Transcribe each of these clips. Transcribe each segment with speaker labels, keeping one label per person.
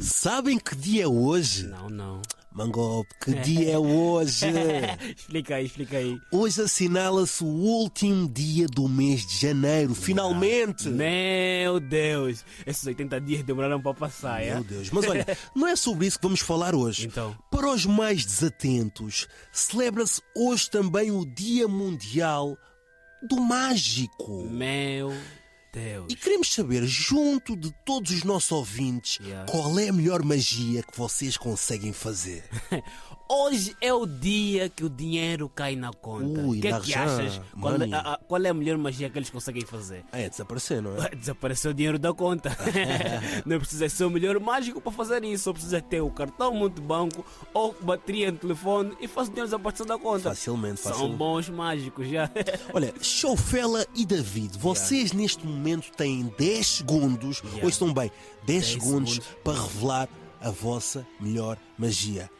Speaker 1: Sabem que dia é hoje?
Speaker 2: Não, não.
Speaker 1: Mangope, que dia é hoje?
Speaker 2: explica aí, explica aí.
Speaker 1: Hoje assinala-se o último dia do mês de janeiro, finalmente!
Speaker 2: Né? Meu Deus, esses 80 dias demoraram para passar, é?
Speaker 1: Meu Deus, mas olha, não é sobre isso que vamos falar hoje.
Speaker 2: Então.
Speaker 1: Para os mais desatentos, celebra-se hoje também o Dia Mundial do Mágico.
Speaker 2: Meu
Speaker 1: E
Speaker 2: Deus.
Speaker 1: queremos saber, junto de todos os nossos ouvintes,
Speaker 2: Yeah.
Speaker 1: qual é a melhor magia que vocês conseguem fazer.
Speaker 2: Hoje é o dia que o dinheiro cai na conta.
Speaker 1: Ui,
Speaker 2: O que é que
Speaker 1: Narjan,
Speaker 2: achas? Qual, é-
Speaker 1: mano.
Speaker 2: a- a- qual é a melhor magia que eles conseguem fazer?
Speaker 1: Ah, é desaparecer, não é?
Speaker 2: Desapareceu o dinheiro da conta. Não precisa ser o melhor mágico para fazer isso. Só precisa ter o cartão muito banco ou bateria no telefone e faz o dinheiro desaparecer da conta.
Speaker 1: Facilmente,
Speaker 2: São
Speaker 1: facilmente.
Speaker 2: bons mágicos já.
Speaker 1: Olha, Showfella e David, vocês neste momento têm 10 segundos,
Speaker 2: Yeah.
Speaker 1: ou estão bem, 10 segundos,
Speaker 2: segundos.
Speaker 1: para revelar a vossa melhor magia.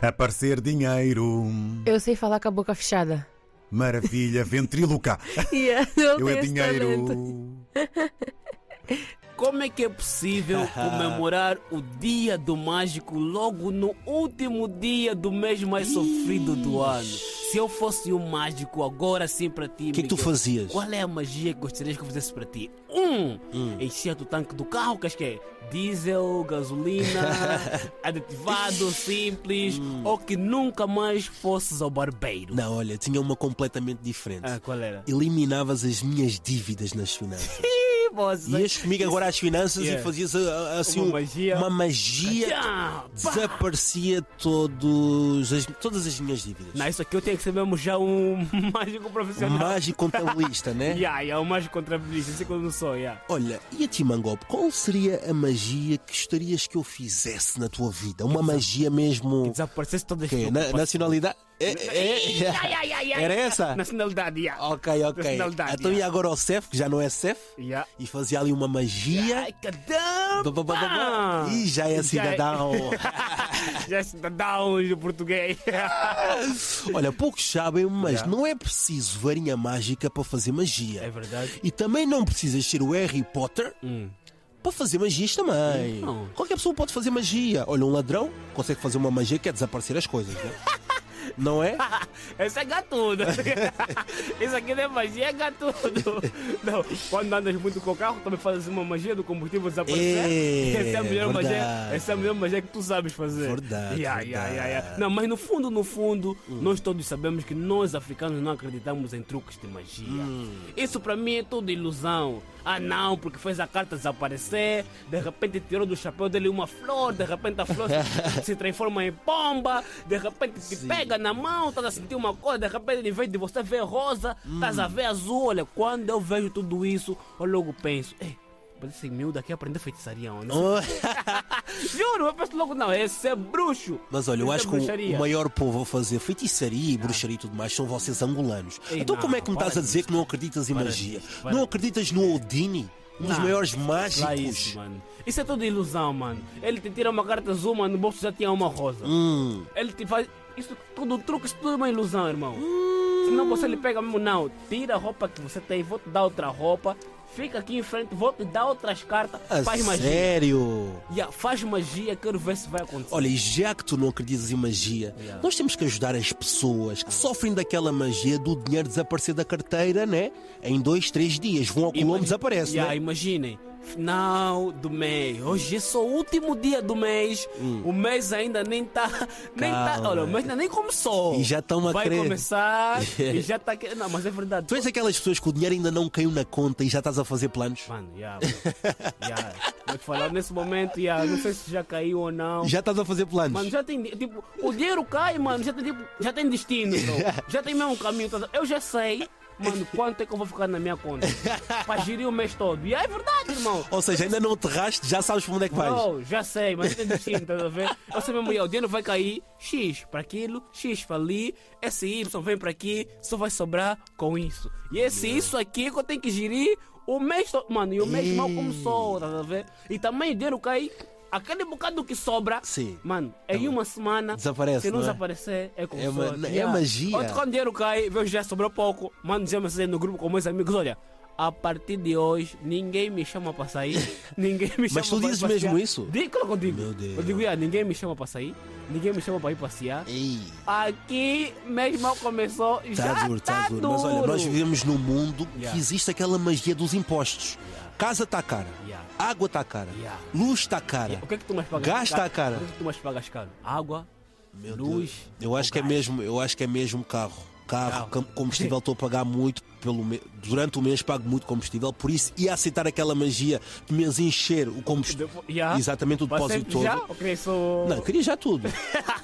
Speaker 3: Aparecer dinheiro.
Speaker 4: Eu sei falar com a boca fechada.
Speaker 3: Maravilha, ventríloca.
Speaker 4: Yeah, eu
Speaker 3: Eu
Speaker 4: tenho
Speaker 3: é
Speaker 4: esse talento.
Speaker 3: dinheiro.
Speaker 2: Como é que é possível comemorar o dia do mágico logo no último dia do mês mais sofrido do ano? Se eu fosse um mágico agora sim para ti,
Speaker 1: O que é que tu fazias?
Speaker 2: Qual é a magia que gostarias que eu fizesse para ti? Um,
Speaker 1: Hum.
Speaker 2: encher o tanque do carro, que acho que é diesel, gasolina, aditivado, simples, ou que nunca mais fosses ao barbeiro.
Speaker 1: Hum. Não, olha, tinha uma completamente diferente.
Speaker 2: Ah, qual era?
Speaker 1: Eliminavas as minhas dívidas nas finanças.
Speaker 2: Ih, você-
Speaker 1: Ias comigo agora às finanças
Speaker 2: Yeah.
Speaker 1: e fazias ah, ah, assim
Speaker 2: Uma
Speaker 1: um-
Speaker 2: magia.
Speaker 1: uma magia
Speaker 2: Ah, pá!
Speaker 1: desaparecia todos as- todas as minhas dívidas.
Speaker 2: Não, isso aqui eu tenho que ser mesmo já um mágico profissional.
Speaker 1: Mágico contabilista, né?
Speaker 2: Yeah, yeah, o mágico contabilista, assim quando não sou, yeah.
Speaker 1: Olha, e a ti, Mangope, qual seria a magia que gostarias que eu fizesse na tua vida? Uma magia mesmo.
Speaker 2: Desaparecesse todas as
Speaker 1: Que, na,
Speaker 2: preocupações.
Speaker 1: nacionalidade? É, é,
Speaker 2: Ia, ia, ia, ia.
Speaker 1: Era essa?
Speaker 2: Nacionalidade, yeah.
Speaker 1: Ok, ok.
Speaker 2: Nacionalidade,
Speaker 1: Então ia agora ao CEF, que já não é CEF,
Speaker 2: Yeah.
Speaker 1: e fazia ali uma magia.
Speaker 2: Ai, caramba!
Speaker 1: Ba, ba, ba, ba, ba. Ih, já é cidadão.
Speaker 2: Já é cidadão de português.
Speaker 1: Olha, poucos sabem, mas não é preciso varinha mágica para fazer magia.
Speaker 2: É verdade.
Speaker 1: E também não precisas ser o Harry Potter
Speaker 2: Hum.
Speaker 1: para fazer magias também.
Speaker 2: Não.
Speaker 1: Qualquer pessoa pode fazer magia. Olha, um ladrão consegue fazer uma magia que é desaparecer as coisas, né? não é?
Speaker 2: Essa é gatudo. Isso aqui não é magia, é gatudo. Não, quando andas muito com o carro, também fazes uma magia do combustível desaparecer.
Speaker 1: É,
Speaker 2: essa, é a melhor
Speaker 1: verdade.
Speaker 2: magia, essa é a melhor magia que tu sabes fazer.
Speaker 1: Verdade, verdade.
Speaker 2: Não, mas no fundo, no fundo,
Speaker 1: Hum.
Speaker 2: nós todos sabemos que nós africanos não acreditamos em truques de magia.
Speaker 1: Hum.
Speaker 2: Isso para mim é tudo ilusão. Ah não, porque fez a carta desaparecer, de repente tirou do chapéu dele uma flor, de repente a flor se, se transforma em pomba, de repente te pega na mão, estás a sentir uma coisa, de repente em vez de você ver rosa, estás
Speaker 1: Hum.
Speaker 2: a ver azul. Olha, quando eu vejo tudo isso, eu logo penso, ei, parece esse miúdo aqui aprender feitiçaria onde?
Speaker 1: Oh,
Speaker 2: Juro, eu penso logo, não, esse é bruxo.
Speaker 1: Mas olha, eu
Speaker 2: Isso é
Speaker 1: acho que o-
Speaker 2: bruxaria.
Speaker 1: o maior povo a fazer feitiçaria e bruxaria e tudo mais são vocês angolanos.
Speaker 2: Ei,
Speaker 1: então como é que me
Speaker 2: não,
Speaker 1: estás
Speaker 2: para
Speaker 1: a dizer que não acreditas em
Speaker 2: Para
Speaker 1: magia?
Speaker 2: disso, para
Speaker 1: Não acreditas no Odini? Um dos
Speaker 2: Não,
Speaker 1: maiores
Speaker 2: Lá
Speaker 1: mágicos.
Speaker 2: é isso, mano. Isso é tudo ilusão, mano. Ele te tira uma carta azul, mano, no bolso já tinha uma rosa.
Speaker 1: Hum.
Speaker 2: Ele te faz. Isso tudo truque, isso tudo é uma ilusão, irmão.
Speaker 1: Hum.
Speaker 2: Senão você lhe pega mesmo, não. Tira a roupa que você tem, vou te dar outra roupa. Fica aqui em frente, vou te dar outras cartas.
Speaker 1: A
Speaker 2: faz magia.
Speaker 1: Ah, sério?
Speaker 2: Yeah, faz magia, quero ver se vai acontecer.
Speaker 1: Olha, e já que tu não acreditas em magia,
Speaker 2: Yeah.
Speaker 1: nós temos que ajudar as pessoas que sofrem daquela magia do dinheiro desaparecer da carteira, né? Em dois, três dias. Vão ao Colombo,
Speaker 2: Imagi-
Speaker 1: desaparece,
Speaker 2: Yeah,
Speaker 1: né?
Speaker 2: Imaginem, final do mês. Hoje é só o último dia do mês.
Speaker 1: Hum.
Speaker 2: O mês ainda nem tá. Nem tá
Speaker 1: Calma.
Speaker 2: olha, o mês ainda nem começou.
Speaker 1: E já tão a
Speaker 2: Vai
Speaker 1: crer.
Speaker 2: começar e já tá. que- Não, mas é verdade.
Speaker 1: Tu és aquelas pessoas que o dinheiro ainda não caiu na conta e já estás a fazer planos?
Speaker 2: Mano, yeah, bro. yeah. Vou te falar nesse momento, yeah, não sei se já caiu ou não.
Speaker 1: Já estás a fazer planos?
Speaker 2: Mano, já tem. Tipo, o dinheiro cai, mano, já tem, tipo, já tem destino, bro. já tem mesmo caminho. tá- Eu já sei. Mano, quanto é que eu vou ficar na minha conta? Para gerir o mês todo. E é verdade, irmão.
Speaker 1: Ou seja, ainda não aterraste, já sabes para onde é que vais.
Speaker 2: Não, já sei, mas tem destino, estás a ver? tá Eu sei mesmo, yeah, o dinheiro vai cair, X para aquilo, X para ali, esse Y vem para aqui, só vai sobrar com isso. E esse isso aqui é que eu tenho que gerir o mês todo. Mano, e o mês mal começou, estás a ver? E também o dinheiro cai, aquele bocado que sobra,
Speaker 1: Sim. Então,
Speaker 2: mano, em uma semana,
Speaker 1: Desaparece,
Speaker 2: se não
Speaker 1: não é?
Speaker 2: desaparecer, é como
Speaker 1: É
Speaker 2: só,
Speaker 1: ma- é
Speaker 2: yeah.
Speaker 1: magia.
Speaker 2: Outro quando o dinheiro cai, vejo já sobrou pouco, mando já mensagem no grupo com meus amigos, olha. a partir de hoje, ninguém me chama para sair. Ninguém me chama
Speaker 1: Mas tu
Speaker 2: para
Speaker 1: dizes
Speaker 2: passear.
Speaker 1: mesmo isso?
Speaker 2: Digo, claro que eu digo.
Speaker 1: Meu Deus.
Speaker 2: Eu digo, "Ya, ninguém me chama para sair. Ninguém me chama para ir passear.
Speaker 1: Ei,
Speaker 2: Aqui mesmo começou. já
Speaker 1: tá duro, tá duro. Mas olha, nós vivemos num mundo
Speaker 2: Yeah.
Speaker 1: que existe aquela magia dos impostos. Casa está cara,
Speaker 2: Yeah.
Speaker 1: água está cara,
Speaker 2: Yeah.
Speaker 1: luz está cara.
Speaker 2: O que é que tu mais pagas?
Speaker 1: Gasta,
Speaker 2: caro?
Speaker 1: cara.
Speaker 2: O que é que tu mais pagas caro? Água,
Speaker 1: Meu
Speaker 2: luz.
Speaker 1: Deus. Eu acho
Speaker 2: o
Speaker 1: que é
Speaker 2: gás.
Speaker 1: mesmo, eu acho que é mesmo carro. Carro,
Speaker 2: Carro.
Speaker 1: com- combustível estou a pagar muito pelo me- durante o mês pago muito combustível, por isso ia aceitar aquela magia de me encher o combustível,
Speaker 2: Depo- Ya.
Speaker 1: exatamente o
Speaker 2: Mas
Speaker 1: depósito
Speaker 2: sempre
Speaker 1: todo.
Speaker 2: Já? Ou queria só-
Speaker 1: Não, queria já tudo.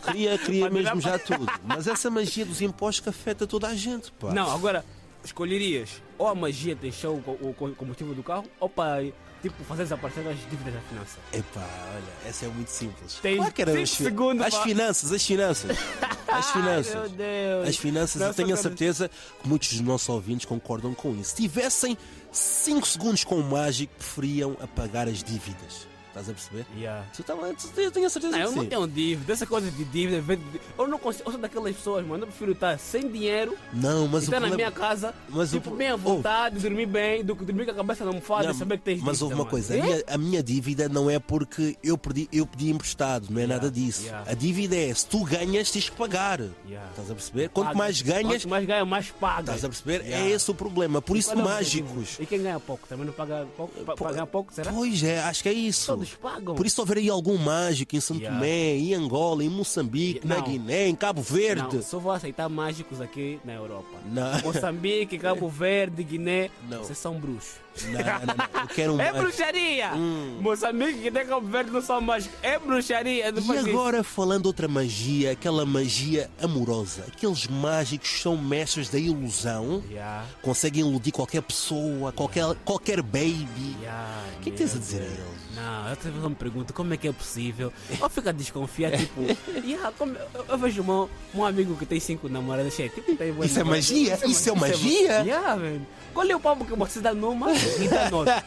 Speaker 1: Queria, queria
Speaker 2: Mas
Speaker 1: mesmo
Speaker 2: já-
Speaker 1: já tudo. Mas essa magia dos impostos que afeta toda a gente, pá.
Speaker 2: Não, agora escolherias ou a magia de encher o, co- o co- combustível do carro ou para tipo, fazer desaparecer as dívidas da finança.
Speaker 1: Epá, olha, essa é muito simples.
Speaker 2: Tem
Speaker 1: claro que era
Speaker 2: cinco
Speaker 1: as, fi-
Speaker 2: segundos
Speaker 1: as
Speaker 2: pra-
Speaker 1: finanças, as finanças. As
Speaker 2: Meu
Speaker 1: finanças.
Speaker 2: Deus.
Speaker 1: As finanças,
Speaker 2: Não,
Speaker 1: eu tenho a
Speaker 2: só-
Speaker 1: certeza que muitos dos nossos ouvintes concordam com isso. Se tivessem 5 segundos com o mágico, preferiam apagar as dívidas. Estás a perceber?
Speaker 2: Ya.
Speaker 1: Tu tá- Eu tenho a certeza
Speaker 2: Não,
Speaker 1: que
Speaker 2: Ah, eu não
Speaker 1: sim.
Speaker 2: tenho dívida, essa coisa de dívida. vem de- Eu não consigo, eu sou daquelas pessoas, mano. Eu prefiro estar sem dinheiro,
Speaker 1: Não, mas o
Speaker 2: estar tá na
Speaker 1: problema...
Speaker 2: minha casa,
Speaker 1: mas o
Speaker 2: tipo,
Speaker 1: pro-
Speaker 2: bem à
Speaker 1: Ouve.
Speaker 2: vontade, dormir bem, do que dormir com a cabeça na almofada
Speaker 1: Não,
Speaker 2: e saber que tens
Speaker 1: mas
Speaker 2: dívida,
Speaker 1: houve uma
Speaker 2: mano.
Speaker 1: coisa,
Speaker 2: É?
Speaker 1: a minha, a minha dívida não é porque eu pedi, eu pedi emprestado, não é nada disso.
Speaker 2: yeah.
Speaker 1: A dívida é se tu ganhas, tens que pagar.
Speaker 2: Yeah.
Speaker 1: Estás a perceber? Quanto
Speaker 2: Paga.
Speaker 1: mais ganhas,
Speaker 2: Quanto mais ganha, mais paga.
Speaker 1: estás a perceber? É
Speaker 2: Yeah.
Speaker 1: esse o problema. Por isso,
Speaker 2: Qual é o
Speaker 1: mágicos.
Speaker 2: objetivo? E quem ganha pouco? Também não paga pouco? Pa- pagar pouco, será?
Speaker 1: Pois é, acho que é isso.
Speaker 2: Todos pagam.
Speaker 1: Por isso, se houver aí algum mágico em Santo
Speaker 2: Yeah.
Speaker 1: Tomé, em Angola, em Moçambique,
Speaker 2: Yeah,
Speaker 1: na
Speaker 2: não.
Speaker 1: Guiné, em Cabo Verde.
Speaker 2: Não, só vou aceitar mágicos aqui na Europa.
Speaker 1: Não. É.
Speaker 2: Moçambique, Cabo Verde, Guiné.
Speaker 1: Não.
Speaker 2: Vocês são bruxos.
Speaker 1: Não, não, não. Eu quero um
Speaker 2: É
Speaker 1: mágico.
Speaker 2: bruxaria!
Speaker 1: Hum.
Speaker 2: Moçambique, Guiné, Cabo Verde não são mágicos. É bruxaria. Não
Speaker 1: E
Speaker 2: faz isso.
Speaker 1: agora falando outra magia, aquela magia amorosa. Aqueles mágicos são mestres da ilusão.
Speaker 2: Ya,
Speaker 1: Conseguem iludir qualquer pessoa, qualquer, qualquer baby.
Speaker 2: ya,
Speaker 1: O que é que tens a
Speaker 2: meu
Speaker 1: dizer a
Speaker 2: Deus.
Speaker 1: eles?
Speaker 2: Não, eu te- eu me pergunto como é que é possível. Ou fica a desconfiar, tipo, ya, como- eu, eu vejo um, um amigo que tem cinco namoradas, cheio, tipo, tem boa
Speaker 1: Isso é
Speaker 2: namorada.
Speaker 1: magia? Isso é
Speaker 2: ma-
Speaker 1: magia?
Speaker 2: Ya, velho. Qual é o papo que você dá numa e dá nota?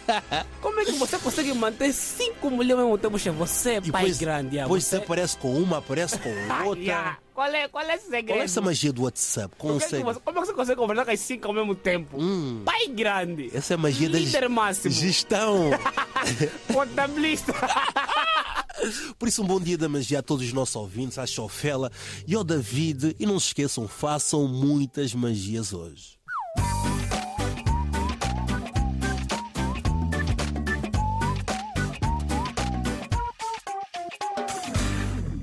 Speaker 2: Como é que você consegue manter cinco mulheres ao mesmo tempo? chefe? Você é
Speaker 1: E
Speaker 2: pai grande, ya,
Speaker 1: depois
Speaker 2: você
Speaker 1: aparece com uma, aparece com
Speaker 2: Ah,
Speaker 1: outra.
Speaker 2: ya. Qual é, qual é o segredo?
Speaker 1: Qual é essa magia do WhatsApp?
Speaker 2: Por que que
Speaker 1: Consegue.
Speaker 2: você- como é que você consegue conversar com as cinco ao mesmo tempo?
Speaker 1: Hum.
Speaker 2: Pai grande.
Speaker 1: Essa é a magia da
Speaker 2: Líder máximo.
Speaker 1: gestão.
Speaker 2: Contabilista.
Speaker 1: Por isso, um bom dia da magia a todos os nossos ouvintes, à Chofela e ao David. E não se esqueçam, façam muitas magias hoje.